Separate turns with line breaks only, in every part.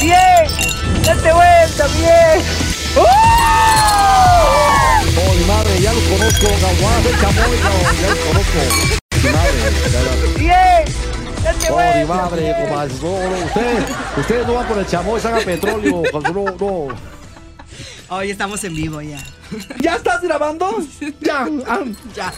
Bien, date vuelta, bien.
madre, ya lo conozco, Gaguán, Chamoy, no, ya lo conozco. Mi madre, ya la-
Bien, date
Oh, mi
vuelta.
madre, comadre, no, no, ustedes, ustedes no van con el chamoy, sacan petróleo, no, no.
Hoy estamos en vivo ya.
¿Ya estás grabando? Ya. ah,
Ya.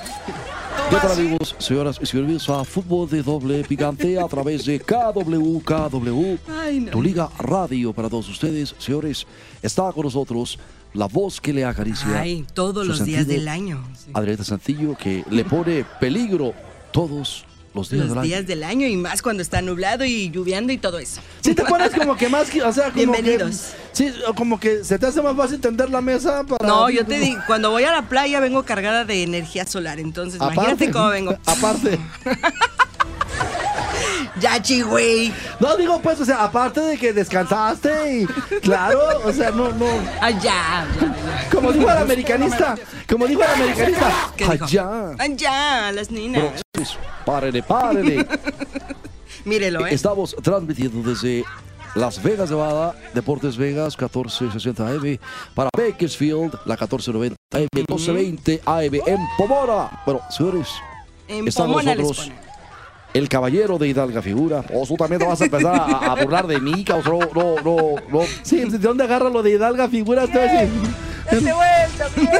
¿Qué tal amigos, señoras y señores? A fútbol de doble picante a través de KW, KW,
Ay, no.
tu liga radio para todos ustedes, señores. Está con nosotros la voz que le acaricia.
Ay, todos
su
los días
sentido,
del año. Sí.
Adriana Santillo, que le pone peligro todos los días del
Los
año.
días del año y más cuando está nublado y lloviendo y todo eso.
¿Sí te acuerdas como que más, que- o sea, como
Bienvenidos.
que Sí, o como que se te hace más fácil tender la mesa para
No, yo te digo, cuando voy a la playa vengo cargada de energía solar, entonces imagínate cómo vengo.
Aparte.
Ya, güey.
No digo pues, o sea, aparte de que descansaste y claro, o sea, no no
Allá.
como dijo el americanista, como dijo el americanista,
¿Qué dijo?
Allá.
Allá, las niñas.
Bueno, pues, párele, párele.
Mírelo, ¿eh?
Estamos transmitiendo desde Las Vegas, Nevada, Deportes Vegas, 1460 AM, para Bakersfield, la 1490 AM, 1220 AM, en Pomona. Bueno, señores,
En
está con
Pomona les
nosotros
ponen.
el caballero de Hidalga Figura. O tú también te vas a empezar a, a burlar de mí, cabrón. No, no, no.
sí, ¿de dónde agarra lo de Hidalga figuras? Te voy a decir,
Date vuelta, bien.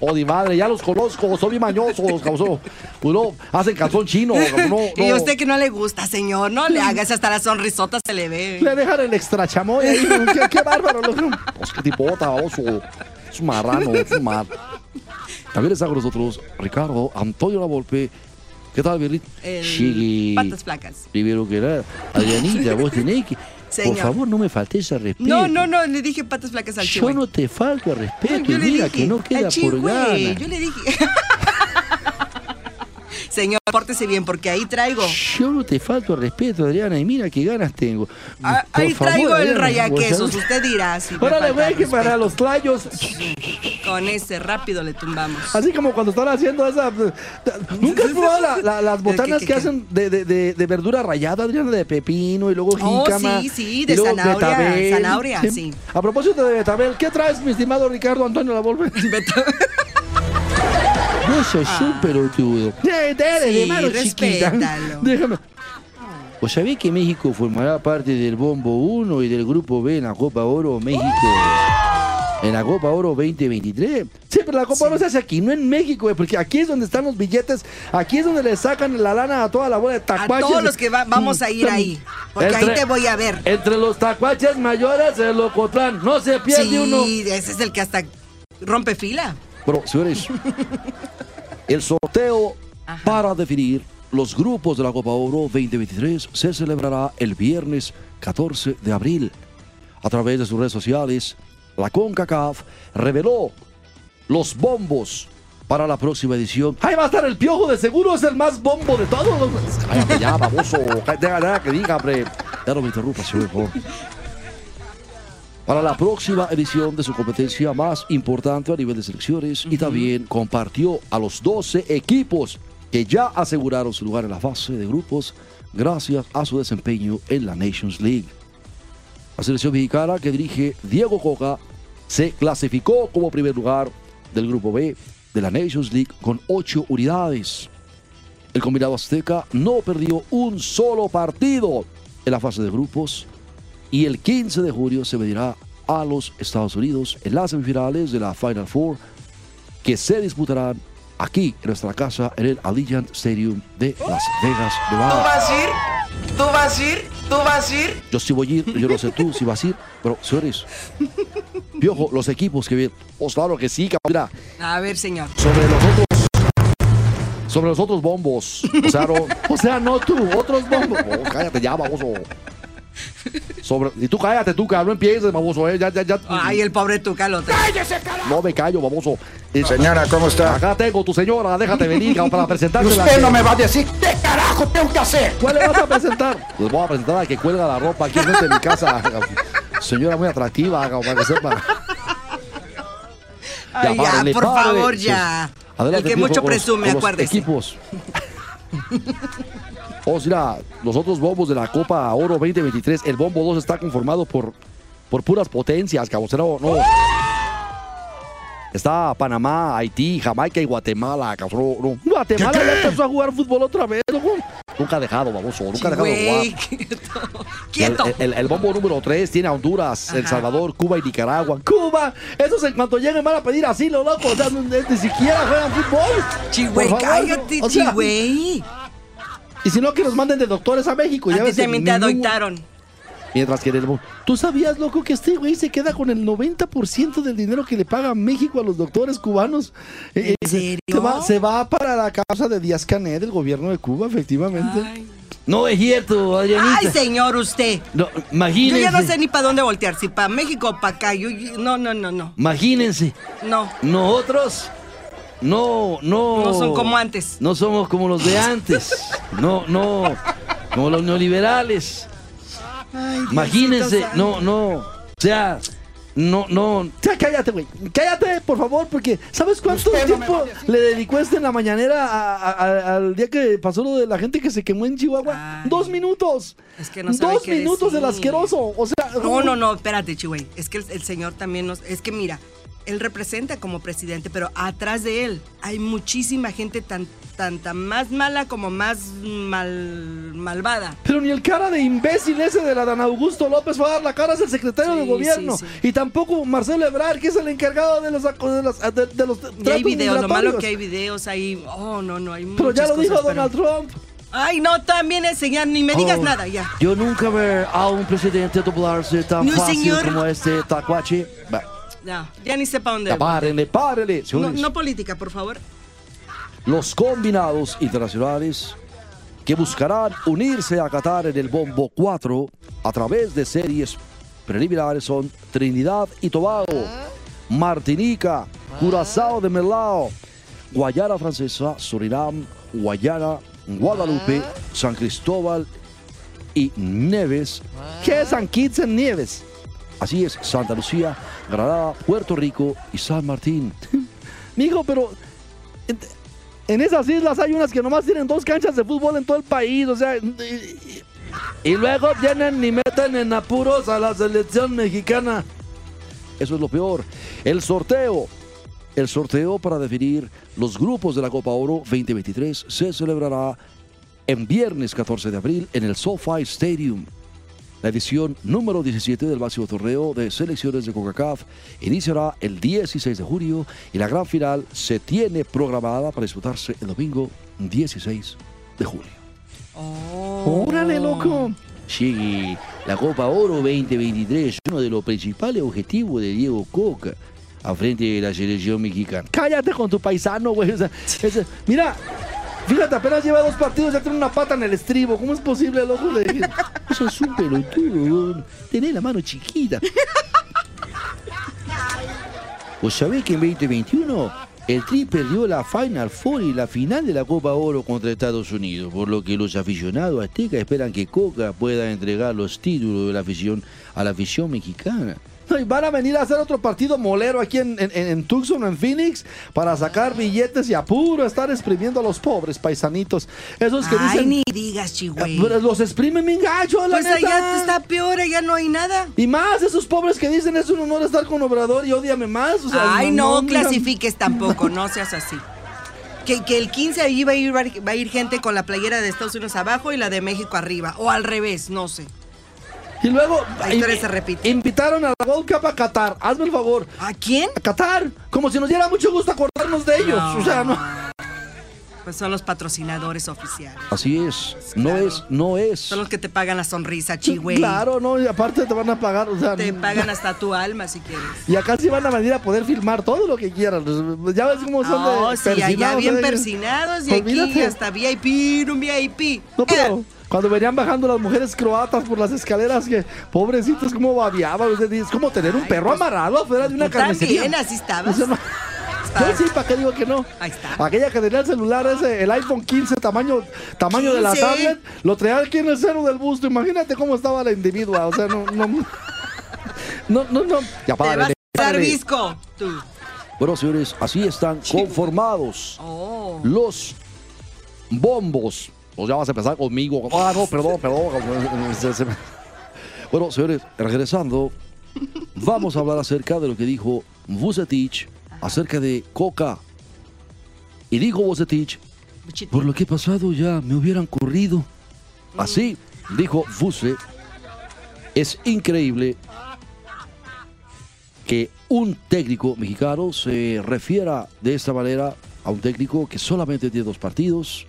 O de Oh, madre, ya los conozco, son bien mañosos, causó. Pues no, hacen calzón chino, cabrón, no,
Y
no.
a usted que no le gusta, señor, no le hagas hasta la sonrisota se le
le
ve.
dejan el extra chamoy ahí, qué, qué bárbaro, loco.
Pues qué tipota, oso. Es un marrano, es un mar. También está con nosotros Ricardo Antonio Lavolpe. ¿Qué tal, Birrit?
El-
Chiqui.
Patas flacas.
Primero que nada, Adrianita, vos tenés que... Por
Señor.
favor, no me faltes al respeto.
No, no, no, le dije patas flacas al
Yo
chihuahua.
no te falto al respeto. y
Yo le
mira
dije,
que no queda
"Al chingüe",
por gana.
Yo le dije. Señor, pórtese bien porque ahí traigo.
Yo no te falto al respeto, Adriana, y mira qué ganas tengo.
ah,
Por
ahí
favor, eh,
traigo el
Adriana,
rayaquesos.
vos sabés-
Usted dirá. Si me
Órale,
falta
güey, que para
respeto.
los tlayos.
Con ese rápido le tumbamos.
Así como cuando están haciendo esa. pues, ¿Nunca has probado la- la- las botanas
¿Qué, qué,
que
qué?
hacen de, de, de, de verdura rallada, Adriana? De pepino y luego
Oh,
jícama.
sí, sí,
y
de
luego
zanahoria,
betabel.
zanahoria, sí.
A propósito de betabel, ¿qué traes, mi estimado Ricardo Antonio Lavolpe?
Vos sos un pelotudo.
de, de, de, Eh, de
Ah. Sí,
mano chiquita.
respétalo.
Déjame. Pues,
¿Vos sabés que México formará parte del Bombo 1 y del Grupo B en la Copa Oro México? En la Copa Oro 2023.
Sí, pero la copa no se hace aquí, no en México, güey, porque aquí es donde están los billetes, aquí es donde le sacan la lana a toda la bola de
A
tacuaches.
todos los que va- vamos a ir ahí. Porque ahí
Entre-
te voy a ver.
Entre los tacuaches mayores, el Ocotlán, no se pierde
Sí,
uno.
ese es el que hasta rompe fila.
Bueno, señores, el sorteo para definir los grupos de la Copa Oro 2023 se celebrará el viernes 14 de abril. A través de sus redes sociales, la CONCACAF reveló los bombos para la próxima edición.
Ahí va a estar el piojo, de seguro es el más bombo de todos. los-
Cállate ya, baboso. Deja nada que diga, hombre. Ya no me interrumpas, señor, por favor. Para la próxima edición de su competencia más importante a nivel de selecciones y también compartió a los 12 equipos que ya aseguraron su lugar en la fase de grupos gracias a su desempeño en la Nations League. La selección mexicana que dirige Diego Coca se clasificó como primer lugar del grupo B de la Nations League con 8 unidades. El combinado azteca no perdió un solo partido en la fase de grupos y el 15 de julio se medirá a los Estados Unidos en las semifinales de la Final Four que se disputarán aquí en nuestra casa en el Allegiant Stadium de Las Vegas, Nevada.
vas a ir? ¿Tú vas a ir? ¿Tú vas a ir?
Yo sí voy a ir, yo no sé tú si vas a ir, pero señores, Piojo, los equipos que vienen, pues claro que sí, cabrón. Mira,
A ver, señor.
sobre nosotros. sobre los otros bombos. O sea, no, o sea, no tú, otros bombos. Oh, cállate ya, baboso. Sobre, y tú cállate, tú, cabrón, no empieces, baboso. Eh, ya, ya, ya.
Ay, el pobre Tuca lo trae.
No me callo, baboso. Eh,
Señora, ¿cómo está?
Acá tengo tu señora, déjate venir cabrón, para presentarte.
Usted no me va a decir qué carajo tengo que hacer.
¿Cuál le vas a presentar? Les voy a presentar a la que cuelga la ropa aquí frente de mi casa. cabrón. Señora muy atractiva, cabrón, para que sepa.
Ay, ya,
párale,
por
párale.
favor,
Sí.
ya. el que
tío,
mucho
con los-
presume,
con los
acuérdese.
Equipos. Vamos a ir a los otros bombos de la Copa Oro 2023. El bombo 2 está conformado por, por puras potencias, cabocero. No. Está Panamá, Haití, Jamaica y Guatemala, cabrón. No. Guatemala ya empezó a jugar fútbol otra vez. ¿no? Nunca ha dejado, baboso. Nunca ha dejado de jugar.
Güey, quieto.
Y el-
Quieto.
El, el bombo número 3 tiene a Honduras, El
Ajá.
Salvador, Cuba y Nicaragua. ¡Cuba! Esos en cuanto lleguen van a pedir asilo, loco. O sea, no- ni siquiera juegan fútbol.
Chihuey,
Por favor,
cállate,
no. O sea,
chihuey.
Y si no, que nos manden de doctores a México.
A
ya
ti
ves,
también te
ningún-
adoptaron.
Mientras que en el bo- ¿Tú sabías, loco, que este güey se queda con el 90% del dinero que le paga México a los doctores cubanos? Eh, eh,
¿En
se-
serio?
Se va, se va para la casa de Díaz Canet, del gobierno de Cuba, efectivamente.
Ay.
No es cierto,
Ay, señor, usted.
No,
Yo
imagínense.
ya no sé ni para dónde voltear, si para México o para acá. Yo, yo- no, no, no, no.
Imagínense.
No.
Nosotros no, no.
No son como antes.
No somos como los de antes. No, no. Como los neoliberales. Imagínense.
santo.
No, no. O sea, no, no. Ya, cállate, güey. Cállate, por favor, porque ¿sabes cuánto tiempo le dedicó este en la mañanera a- a- a- al día que pasó lo de la gente que se quemó en Chihuahua?
Ay.
Dos minutos.
Es que no sabe
Dos
qué
minutos del
decir.
asqueroso. O sea,
No, no, no, espérate, Chihuey. Es que el, el señor también nos. Es que mira, él representa como presidente, pero atrás de él hay muchísima gente tan, tanta más mala como más mal, malvada.
Pero ni el cara de imbécil ese de la Dan Augusto López va a dar la cara, es el secretario
Sí,
de gobierno.
sí, sí.
Y tampoco Marcelo Ebrard, que es el encargado de los, aco- de los, de, de los
Y hay
tratos
videos, lo malo
migratorios.
que hay videos ahí. Oh, no, no, hay
Pero ya
muchas
lo dijo
cosas,
Donald
pero-
Trump.
Ay, no, también ese, ya ni me
Oh.
digas nada, ya.
Yo nunca ver a un presidente doblarse tan
No,
fácil
señor.
como este tacuache. Va,
Ya, ya ni sepa dónde.
ya párele, párele.
No,
señores.
no política, por favor.
Los combinados internacionales que buscarán unirse a Qatar en el Bombo 4 a través de series preliminares son Trinidad y Tobago, Martinica, Curazao de Melao, Guayana Francesa, Surinam, Guayana, Guadalupe, San Cristóbal y Neves. ¿Qué es San Kitts en Nieves? Así es, Santa Lucía, Granada, Puerto Rico y San Martín. Mijo, pero en esas islas hay unas que nomás tienen dos canchas de fútbol en todo el país, o sea. Y, y- y luego vienen y meten en apuros a la selección mexicana. Eso es lo peor. El sorteo. El sorteo para definir los grupos de la Copa Oro 2023 se celebrará en viernes 14 de abril en el SoFi Stadium. La edición número 17 del máximo torneo de selecciones de CONCACAF iniciará el 16 de julio y la gran final se tiene programada para disputarse el domingo 16 de julio.
Oh.
Sí, la Copa Oro 2023, uno de los principales objetivos de Diego Coca a frente de la selección mexicana. Cállate con tu paisano, güey. o sea, ese- mira, fíjate, apenas lleva dos partidos, ya tiene una pata en el estribo. ¿Cómo es posible, loco? Le dije, Eso es un pelotudo, güey. tenés la mano chiquita. ¿Vos sabés que en 2021 el Tri perdió la Final Four y la final de la Copa Oro contra Estados Unidos? Por lo que los aficionados aztecas esperan que Coca pueda entregar los títulos de la afición a la afición mexicana.
Y van a venir a hacer otro partido molero aquí en, en, en- en Tucson, en Phoenix, para sacar billetes y apuro, estar exprimiendo a los pobres paisanitos. Esos que
Ay,
dicen, Ah,
ni digas, Chihuey.
"Pero los exprimen bien gacho, la
Pues
neta".
allá está peor, allá no hay nada.
Y más, esos pobres que dicen, es un honor estar con Obrador y odiame más. o sea,
Ay, no,
mira.
clasifiques tampoco, no seas así. Que, que el 15 allí va a, ir, va a ir gente con la playera de Estados Unidos abajo y la de México arriba. O al revés, no sé.
Y luego,
La historia se repite.
invitaron a la Gold Cup a Qatar. Hazme el favor.
¿A quién?
a Qatar, como si nos diera mucho gusto acordarnos de ellos. O sea, no.
Pues son los patrocinadores oficiales.
Así es. No
Claro.
es, no es.
Son los que te pagan la sonrisa, chihuey.
Claro, no, y aparte te van a pagar, o sea,
Te pagan hasta tu alma si quieres.
y acá sí van a venir a poder filmar todo lo que quieran. Pues, Ya ves cómo son
No,
de
Oh, sí, allá
persinados,
bien
¿eh?
persinados y aquí
Olvídate.
hasta VIP, un VIP.
No,
Eh,
pero cuando venían bajando las mujeres croatas por las escaleras, que pobrecitos, cómo babiaban. o sea, Es como tener un perro amarrado fuera de una carnicería.
pues, también, así estabas.
Eso no-
Estabas.
Sí, Ah, sí, ¿para qué digo que no?
Ahí está.
Aquella que tenía el celular ese, el iPhone 15, tamaño, tamaño de la
15.
tablet, lo traía aquí en el cero del busto. Imagínate cómo estaba la individua. O sea, no, no. No, no, no. Ya
Te vas
párale,
a dar
párale.
visco, tú.
Bueno, señores, así están conformados
Oh.
los bombos. Pues ya vas a empezar conmigo. Ah, no, perdón, perdón. Se- se- Bueno, señores, regresando, vamos a hablar acerca de lo que dijo Vucetich acerca de Coca. Y dijo Vucetich,
Buchito.
por lo que he pasado ya me hubieran corrido. Así dijo Fuse. Es increíble que un técnico mexicano se refiera de esta manera a un técnico que solamente tiene dos partidos.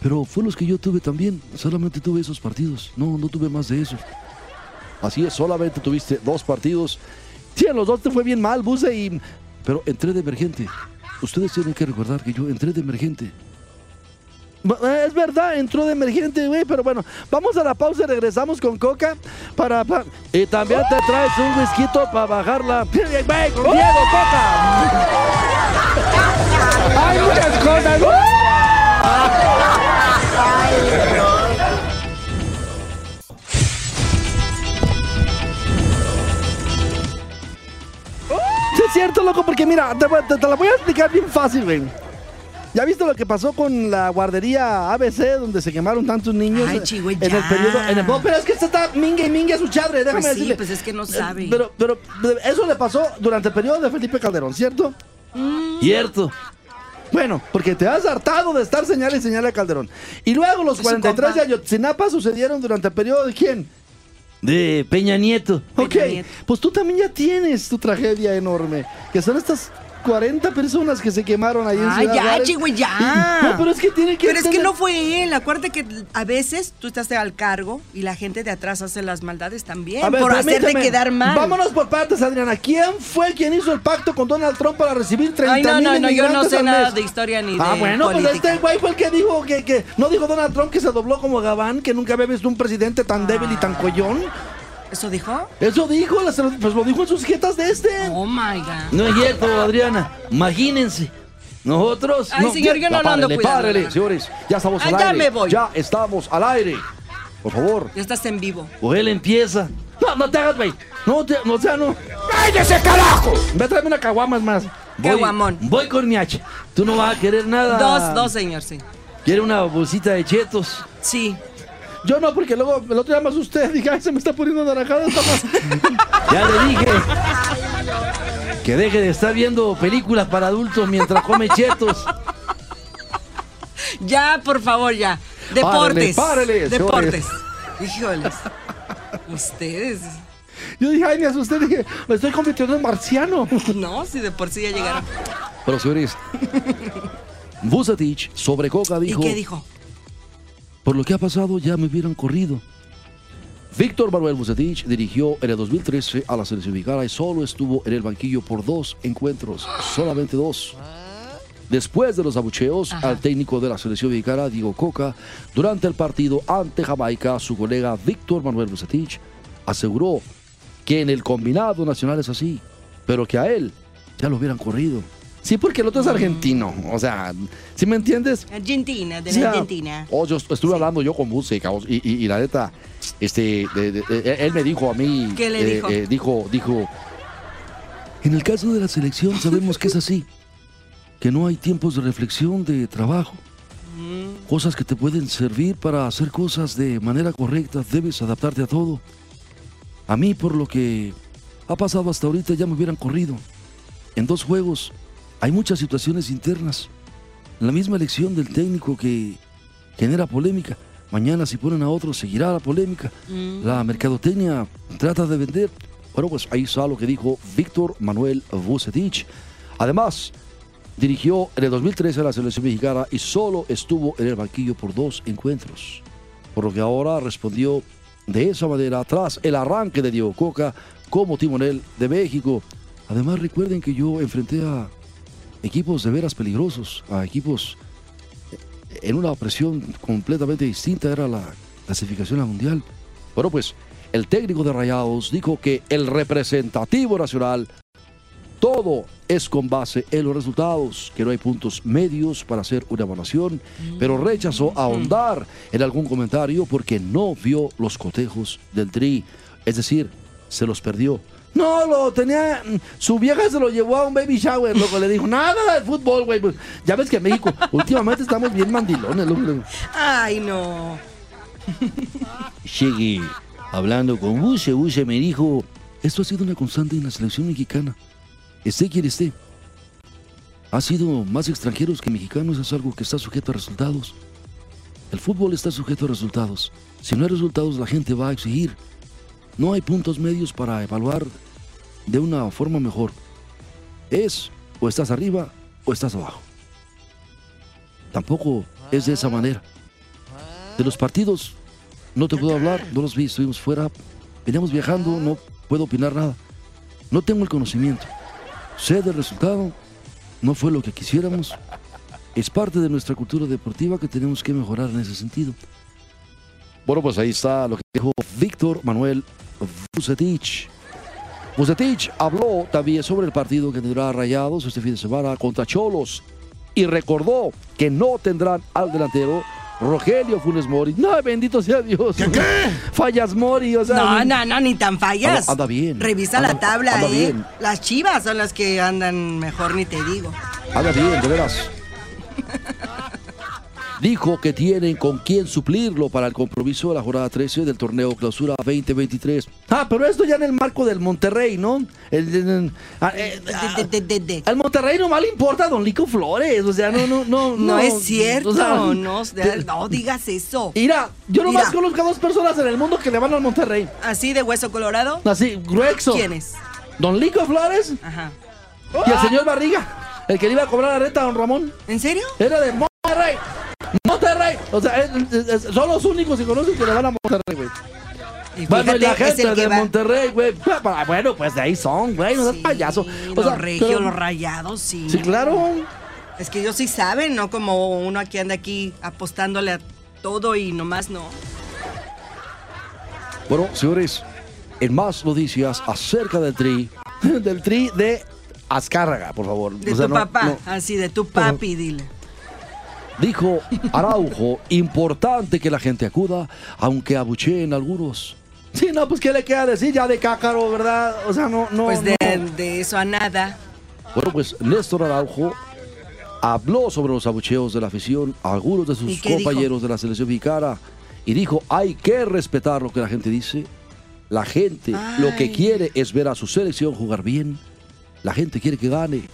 Pero fue los que yo tuve también. Solamente tuve esos partidos. No, no tuve más de esos. Así es, solamente tuviste dos partidos.
Sí, en los dos te fue bien mal, Buse, y
Pero entré de emergente. Ustedes tienen que recordar que yo entré de emergente.
Eh, Es verdad, entró de emergente, güey, pero bueno, vamos a la pausa y regresamos con Coca para... pa- y también te traes un whisky para bajarla. Güey, con Diego, Coca.
Hay muchas cosas. ¡uh!
Sí, es cierto, loco, porque mira, te, voy- te- te la voy a explicar bien fácil, güey. ¿Ya viste lo que pasó con la guardería ABC donde se quemaron tantos niños?
Ay, chihuey,
En el
ya.
periodo... En el, no, pero es que esta está mingue y mingue a su chadre, déjame
Pues sí,
decirle.
pues es que no
Eh,
sabe.
Pero, pero pero eso le pasó durante el periodo de Felipe Calderón, ¿cierto?
Cierto.
Bueno, porque te has hartado de estar señal y señal a Calderón. Y luego los
Su
43 de
compa.
Ayotzinapa sucedieron durante el periodo de quién?
De Peña Nieto.
Peña
Ok,
Nieto.
pues tú también ya tienes tu tragedia enorme, que son estas 40 personas que se quemaron ahí en
Ay,
Ciudad
ya,
Juárez.
chihuey, ya.
Y- No, pero es que tiene que
Pero es que
tener-
no fue él. Acuérdate que a veces tú estás al cargo y la gente de atrás hace las maldades también.
A ver,
por hacerte
permíteme.
quedar mal.
Vámonos por partes, Adriana. ¿Quién fue quien hizo el pacto con Donald Trump para recibir 30
Ay, no,
mil
no, no, yo no
inmigrantes
sé
al
nada
mes?
de historia ni
Ah,
de
bueno, pues
política.
este güey fue el que dijo que, que- no dijo Donald Trump que se dobló como Gabán, que nunca había visto un presidente tan débil y tan collón.
¿Eso dijo?
Eso dijo, la- se lo- pues lo dijo en sus jetas de este.
Oh, my God.
No es cierto, Adriana. Imagínense. Nosotros.
Ay, señor, yo no
Ya
lo ando
párele,
cuidando,
párele,
la verdad.
señores. Ya estamos
Ay,
al
ya
aire.
me voy.
Ya estamos al aire. Por favor.
Ya estás en vivo.
O él empieza. No, no te hagas, güey.
No, te- no, o sea, no.
¡Cállese, carajo!
Ve a traerme una caguama es más.
Qué
Voy-
guamón.
Voy con mi hacha. Tú no vas a querer
Ah.
nada.
Dos, dos, señor, sí.
Quiere una bolsita de chetos.
Sí.
Yo no, porque luego el otro día me asusté. Dije, ay, se me está poniendo naranjada esta más.
Ya le dije. Que deje de estar viendo películas para adultos mientras come chetos.
Ya, por favor, ya. Deportes.
párale, señores.
Deportes. Híjoles. Ustedes.
Yo dije, ay, me asusté. Dije, me estoy convirtiendo en marciano.
No, si de por sí ya llegaron.
Pero señores, Vucetich sobre Coca
¿Y
dijo,
qué dijo?
por lo que ha pasado ya me hubieran corrido. Víctor Manuel Vucetich dirigió en el 2013 a la selección mexicana y solo estuvo en el banquillo por dos encuentros, solamente dos. Después de los abucheos al técnico de la selección mexicana, Diego Coca, durante el partido ante Jamaica, su colega Víctor Manuel Vucetich aseguró que en el combinado nacional es así, pero que a él ya lo hubieran corrido.
Sí, porque el otro es argentino. O sea, ¿sí me entiendes?
Argentina, de
O sea,
la Argentina.
Oh, yo est- estuve hablando yo con música y, y- y la neta, este, de- de- de- él me dijo a mí.
¿Qué le
eh,
dijo?
eh, dijo? Dijo, en el caso de la selección sabemos que es así, que no hay tiempos de reflexión, de trabajo, cosas que te pueden servir para hacer cosas de manera correcta, debes adaptarte a todo. A mí por lo que ha pasado hasta ahorita ya me hubieran corrido. En dos juegos hay muchas situaciones internas. La misma elección del técnico que genera polémica. Mañana si ponen a otro seguirá la polémica. La mercadotecnia trata de vender. Bueno, pues ahí está lo que dijo Víctor Manuel Vucetich. Además, Dirigió en el 2013 a la selección mexicana y solo estuvo en el banquillo por dos encuentros. Por lo que ahora respondió de esa manera tras el arranque de Diego Coca como timonel de México. Además recuerden que yo enfrenté a equipos de veras peligrosos, a equipos en una presión completamente distinta, era la clasificación al Mundial. Bueno, pues el técnico de Rayados dijo que el representativo nacional, todo es con base en los resultados, que no hay puntos medios para hacer una evaluación, pero rechazó ahondar en algún comentario porque no vio los cotejos del Tri, es decir, se los perdió.
No, lo tenía.
mm,
Su vieja se lo llevó a un baby shower, loco. Le dijo, nada de fútbol, güey. Pues, ya ves que en México, últimamente estamos bien mandilones, loco.
Ay, no.
Llegué hablando con Buse. Buse me dijo: Esto ha sido una constante en la selección mexicana. Esté quien esté. Ha sido más extranjeros que mexicanos. Es algo que está sujeto a resultados. El fútbol está sujeto a resultados. Si no hay resultados, la gente va a exigir. No hay puntos medios para evaluar de una forma mejor. Es o estás arriba o estás abajo. Tampoco es de esa manera. De los partidos no te puedo hablar, no los vi, estuvimos fuera, veníamos viajando, no puedo opinar nada. No tengo el conocimiento. Sé del resultado, no fue lo que quisiéramos. Es parte de nuestra cultura deportiva que tenemos que mejorar en ese sentido. Bueno, pues ahí está lo que dijo Víctor Manuel Vucetich. Vucetich habló también sobre el partido que tendrá Rayados este fin de semana contra Cholos y recordó que no tendrán al delantero Rogelio Funes Mori. No, bendito sea Dios. ¿Qué? Fallas Mori, o sea.
No, no, no, ni tan fallas.
Anda- anda bien.
Revisa
Anda-
la tabla,
anda
¿eh?
bien.
Las chivas son las que andan mejor, ni te digo.
Haga bien, de veras. Dijo que tienen con quién suplirlo para el compromiso de la jornada 13 del torneo Clausura 2023.
Ah, pero esto ya en el marco del Monterrey, ¿no? El, el- el- ah, eh, ah,
De- de- de- de- de.
al Monterrey no le importa a Don Lico Flores. O sea, no, no, no.
No es cierto,
o sea,
no,
te-
no digas eso.
Mira, yo nomás
Mira.
conozco a dos personas en el mundo que le van al Monterrey.
Así de hueso colorado.
Así, grueso.
¿Quién es? ¡Ah!
Don Lico Flores
Ajá.
y el señor Barriga, el que le iba a cobrar la renta a Don Ramón.
¿En serio?
Era de Monterrey. Monterrey. O sea, es- es- es- son los únicos que conocen que le van a Monterrey, güey.
Y
Bueno, y la
fíjate, es
gente
el que
de
va-
Monterrey, güey. pa- pa- Bueno, pues de ahí son, güey. No seas
Sí,
payaso.
los
sea,
regios,
pero-
los rayados, sí.
Sí, claro.
Es que ellos sí saben, ¿no? Como uno aquí anda aquí apostándole a todo y nomás no.
Bueno, señores, en más noticias acerca del Tri,
Del tri de Azcárraga, por favor.
De
O sea,
tu
no-
papá,
no.
así, de tu papi, dile.
dijo Araujo, importante que la gente acuda, aunque abucheen algunos.
Sí, no, pues ¿qué le queda decir ya de cácaro, verdad? O sea, no, no.
Pues de,
no.
de eso a nada.
Bueno, pues Néstor Araujo habló sobre los abucheos de la afición a algunos de
¿Y
sus
qué dijo?
compañeros de la selección mexicana y dijo, hay que respetar lo que la gente dice. La gente lo
Ay.
que quiere es ver a su selección jugar bien. La gente quiere que gane.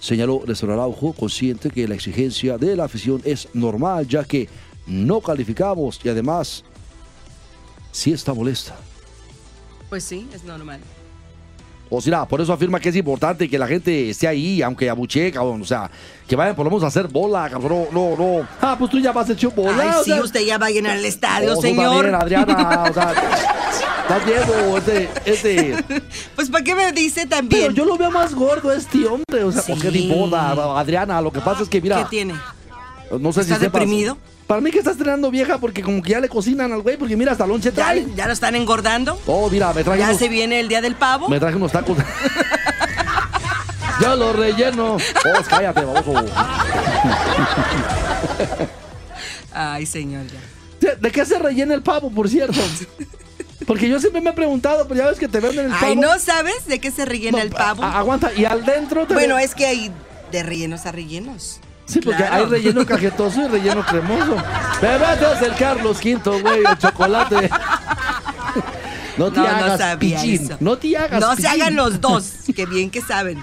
Señaló Néstor Araujo, consciente que la exigencia de la afición es normal, ya que no calificamos y además sí está molesta.
Pues sí, es normal.
O sea, por eso afirma que es importante que la gente esté ahí, aunque abuche, cabrón. O sea, que vayan por lo menos a hacer bola, cabrón. No, no, no.
Ah, pues tú ya vas hecho bola.
Ay,
o
sí,
sea,
usted ya va a llenar el estadio,
Oh, tú también,
señor.
Adriana, o sea, estás viendo este, este.
Pues ¿para qué me dice
Pero
también?
yo lo veo más gordo a este hombre. O sea,
Sí.
¿Por qué ni bola, Adriana? Lo que pasa es que,
¿Qué
mira,
tiene?
no sé si
¿Está
sepas-
deprimido?
Para mí que estás estrenando vieja porque como que ya le cocinan al güey, porque mira, hasta lonche
¿Ya,
trae.
ya lo están engordando?
Oh, mira, me traje,
¿Ya
unos,
se viene el día del pavo?
me traje unos tacos. Yo lo relleno. Oh, cállate, baboso.
Ay, señor, ya.
¿De de qué se rellena el pavo, por cierto? Porque yo siempre me he preguntado, pero ya ves que te venden el pavo.
Ay, ¿no sabes de qué se
No,
rellena
ah,
el pavo?
a- aguanta, y al dentro te
Bueno, es que hay de rellenos a rellenos.
Sí, porque hay
Claro.
relleno cajetoso y relleno cremoso. Me matas el Carlos V, güey, el chocolate. No te
No, no
hagas
sabía
pichín.
eso.
No te hagas
No se
pichín.
hagan los dos, que bien que saben.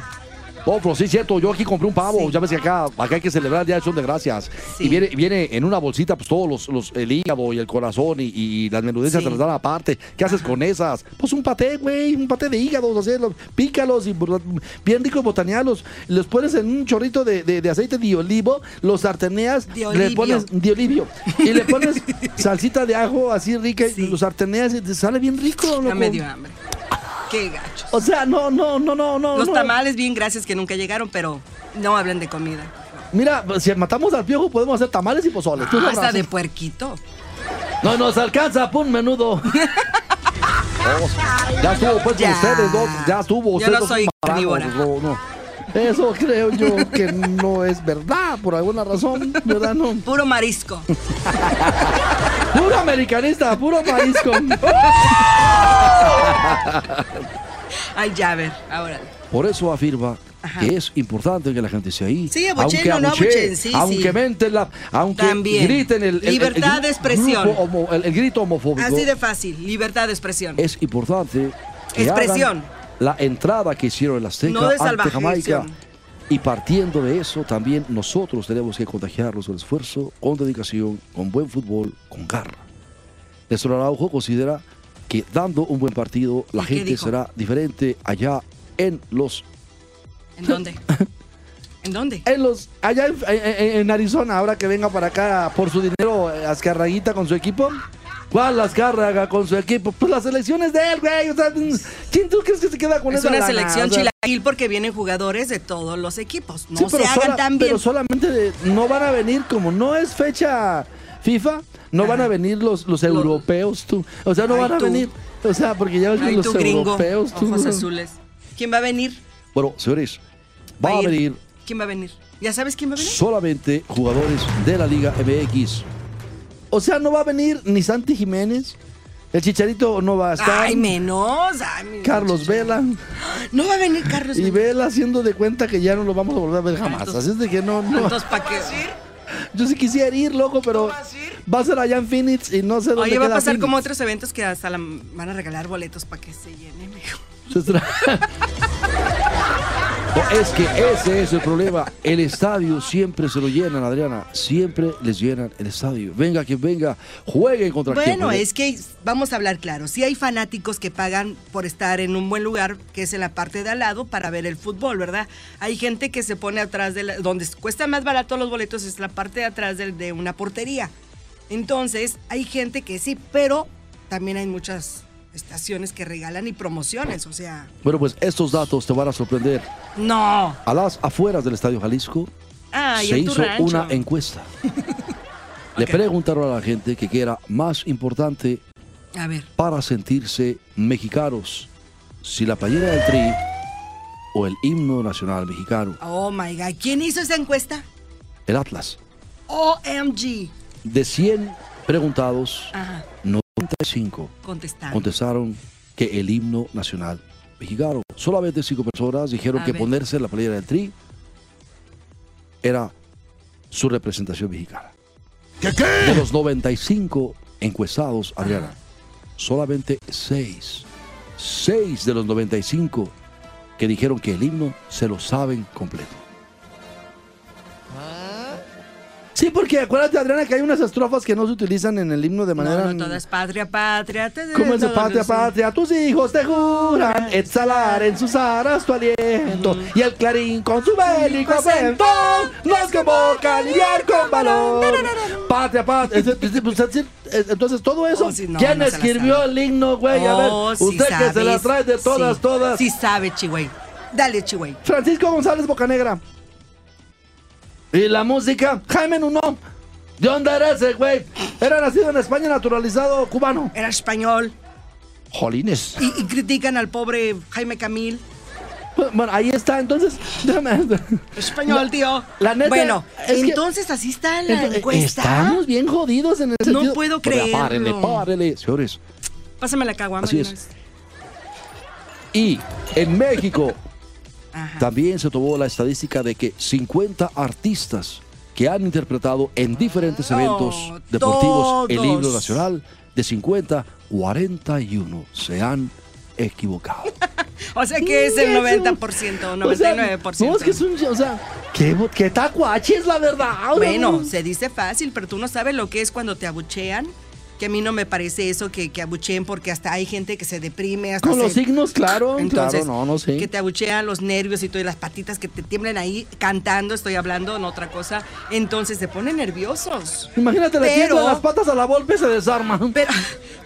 Otro, sí, cierto. Yo aquí compré un pavo. Ya ves que acá, acá hay que celebrar el Día de Acción de Gracias.
Sí.
Y viene, viene en una bolsita, pues todos los, los- el hígado y el corazón y, y las menudencias
Sí.
se las dan aparte. ¿Qué haces con esas? Pues un paté, güey, un paté de hígados, hacerlo. Pícalos y bro- bien ricos botanealos. Los pones en un chorrito de, de- de aceite de olivo, los sarteneas,
De
le
olivio.
pones de olivio y le pones salsita de ajo así rica y
Sí.
los sarteneas y te sale bien rico,
Ya
loco.
me dio hambre. Qué gacho.
O sea, no, no, no, no, no.
Los
no.
tamales, bien, gracias que nunca llegaron, pero no hablan de comida.
Mira, si matamos al piojo podemos hacer tamales y pozoles. Tú
Ah,
sabrás.
hasta de puerquito.
No nos alcanza por un menudo. ya estuvo pues con
Ah, Ya.
ustedes dos. Ya estuvo.
Yo
ustedes
no
dos
soy
marranos,
carnívora.
no, no. Eso creo yo que no es verdad, por alguna razón, ¿verdad? No.
Puro marisco.
Puro americanista, puro marisco.
Ay, ya, a ver, ahora.
Por eso afirma
Ajá.
que es importante que la gente sea ahí.
Sí, abucheen o no
abucheen,
abucheen, sí,
aunque
sí.
menten la, aunque
También.
griten el, el- el-
Libertad
el
de expresión.
grupo homo- el, el grito homofóbico.
Así de fácil, libertad de expresión.
es importante que
Expresión.
hagan la entrada que hicieron el Azteca
No de
ante
salvaje,
Jamaica.
acción.
Y partiendo de eso, también nosotros tenemos que contagiarnos con esfuerzo, con dedicación, con buen fútbol, con garra. Néstor Araujo considera que dando un buen partido, la
¿Y qué
gente
dijo?
será diferente allá en los...
¿En dónde? ¿En dónde?
En los allá en, en- en Arizona, ahora que venga para acá por su dinero, eh, Azcarraguita con su equipo. ¿Cuál Azcárraga con su equipo? Pues las elecciones de él, güey. O sea, ¿quién tú crees que se queda con
Es
esa
una
lana?
selección
O sea,
chilaquil porque vienen jugadores de todos los equipos. No
Sí,
se hagan
sola-
tan bien.
pero solamente de- no van a venir como no es fecha FIFA, no van a venir los, los europeos tú. O sea, no
Ay,
van a
tú.
venir. O sea, porque ya ves que
Ay,
los
tú gringo,
europeos tú.
ojos azules. ¿Quién va a venir?
Bueno, señores, va a venir
¿Quién va a venir? ¿Ya sabes quién va a venir?
solamente jugadores de la Liga MX. O sea, no va a venir ni Santi Jiménez, el Chicharito no va a estar,
Ay, menos. Ay, mi-
Carlos Vela,
No va a venir Carlos
y
Vela.
Vela haciendo de cuenta que ya no lo vamos a volver a ver jamás.
entonces-
Así es de que no, no.
Entonces, ¿para qué?
Yo sí quisiera ir, loco, pero
vas a ir?
va a ser allá en Phoenix y no sé dónde
Oye, va a
queda
pasar
Phoenix.
como otros eventos que hasta la- van a regalar boletos para que se llene, mijo.
Se tra- No, es que ese es el problema. El estadio siempre se lo llenan, Adriana. Siempre les llenan el estadio. Venga quien venga, jueguen contra quien
Bueno,
juegue.
es que vamos a hablar claro. Si hay fanáticos que pagan por estar en un buen lugar, que es en la parte de al lado, para ver el fútbol, ¿verdad? Hay gente que se pone atrás de la, donde cuesta más barato los boletos es la parte de atrás del- de, una portería. Entonces, hay gente que sí, pero también hay muchas estaciones que regalan y promociones, o sea,
Bueno, pues estos datos te van a sorprender.
no.
A las afueras del Estadio Jalisco
Ah, y
se
en tu
hizo
rancho.
una encuesta. Le
Ok.
preguntaron a la gente que qué era más importante
A ver,
para sentirse mexicanos, si la playera del Tri o el himno nacional mexicano,
oh my god, ¿quién hizo esa encuesta?
el Atlas.
OMG.
De 100 preguntados,
Ajá,
95
contestar.
contestaron que el himno nacional mexicano. Solamente 5 personas dijeron
A
que
ver.
ponerse la playera del Tri era su representación mexicana. De los 95 encuestados, Adriana, solamente 6, 6 de los 95 que dijeron que el himno se lo saben completo. Sí, porque acuérdate, Adriana, que hay unas estrofas que no se utilizan en el himno de manera.
No, no, todas patria, patria. te-
Como en su
todas
patria,
las-
patria, tus hijos te juran exhalar en sus aras tu aliento. Y el clarín con su bélico acento nos convoca a lidiar con valor. Patria, patria. Ese- ese- pues, ese- eh, Entonces, todo eso.
Oh, sí, no,
¿Quién
no se la
escribió
sabe.
el himno, güey? A ver,
Oh, sí
usted que se la
sabes.
trae de todas,
Sí,
todas.
Sí sabe, Chihuey. Dale, Chihuey.
Francisco González Bocanegra. Y la música, Jaime Nuno. ¿De dónde era ese, güey? Era nacido en España, naturalizado cubano.
Era español.
Jolines.
Y, y critican al pobre Jaime Camil.
Bueno, ahí está, entonces. déjame-
Español, tío.
la neta,
Bueno,
es que-
entonces así está la
Entonces,
encuesta.
Estamos bien jodidos en el sentido.
puedo
Pero
creerlo.
Párele, párele, señores.
Pásame la caguama.
Así
de
es.
una vez.
Y en México
Ajá.
Ah. también se tomó la estadística de que 50 artistas que han interpretado en diferentes eventos deportivos el
todos.
himno nacional, de 50, 41 se han equivocado.
O sea que es el 90% o 99%.
O sea, no, es que es un. O sea, qué, bo- qué tacuache es la verdad. o sea,
Bueno,
no.
se dice fácil, pero tú no sabes lo que es cuando te abuchean. Que a mí no me parece eso que, que abucheen, porque hasta hay gente que se deprime. Hasta
Con
se-
los signos, claro.
Entonces,
claro, no, no sé.
Que te abuchean los nervios y todas las patitas que te tiemblan ahí cantando, estoy hablando en otra cosa. Entonces se ponen nerviosos.
Imagínate, le
Pero-
tiemblan las patas a la golpe se desarman.
Pero,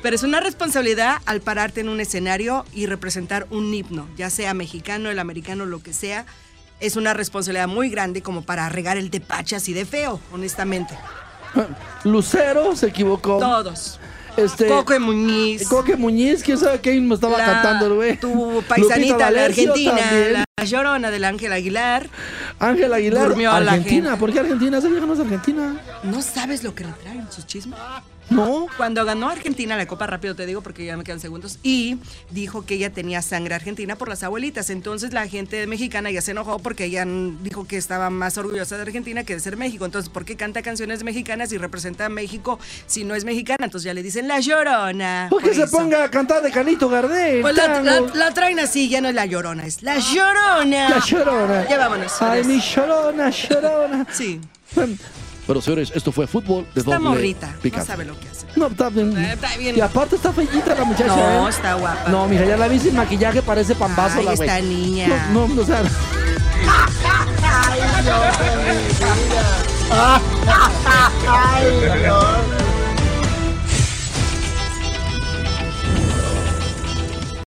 pero es una responsabilidad al pararte en un escenario y representar un himno, ya sea mexicano, el americano, lo que sea. Es una responsabilidad muy grande como para regar el tepache así de feo, honestamente.
Lucero se equivocó.
Todos.
Este,
Coco y Muñiz.
Coque Muñiz, quién sabe qué me estaba
la-
cantando el güey.
Tu
Lupita
paisanita, la
D'Alessio
argentina,
también.
la llorona del Ángel Aguilar.
Ángel Aguilar.
Durmió a la
Argentina,
gente.
¿por qué Argentina? Esa vieja no es Argentina.
No sabes lo que le traen sus chismes.
No.
Cuando ganó Argentina la Copa, rápido te digo porque ya me quedan segundos, y dijo que ella tenía sangre argentina por las abuelitas. Entonces la gente mexicana ya se enojó porque ella mm, dijo que estaba más orgullosa de Argentina que de ser México. Entonces, ¿por qué canta canciones mexicanas y representa a México si no es mexicana? Entonces ya le dicen la llorona.
Pues que
por
se
eso.
ponga a cantar de Canito Gardel.
Pues la, la-
tango.
la traen así, ya no es la llorona, es la llorona.
La llorona.
Ya vámonos.
Ay,
adiós.
mi llorona, llorona.
Sí,
Pero señores, esto fue fútbol de
está
doble
morrita, no
picante.
sabe lo que hace.
No, está bien.
Eh, está bien.
Y aparte está feillita la muchacha.
No,
¿eh?
está guapa.
No, mija, ya la vi sin maquillaje, parece pambazo
Ay,
la güey.
esta niña.
No, no, o sea.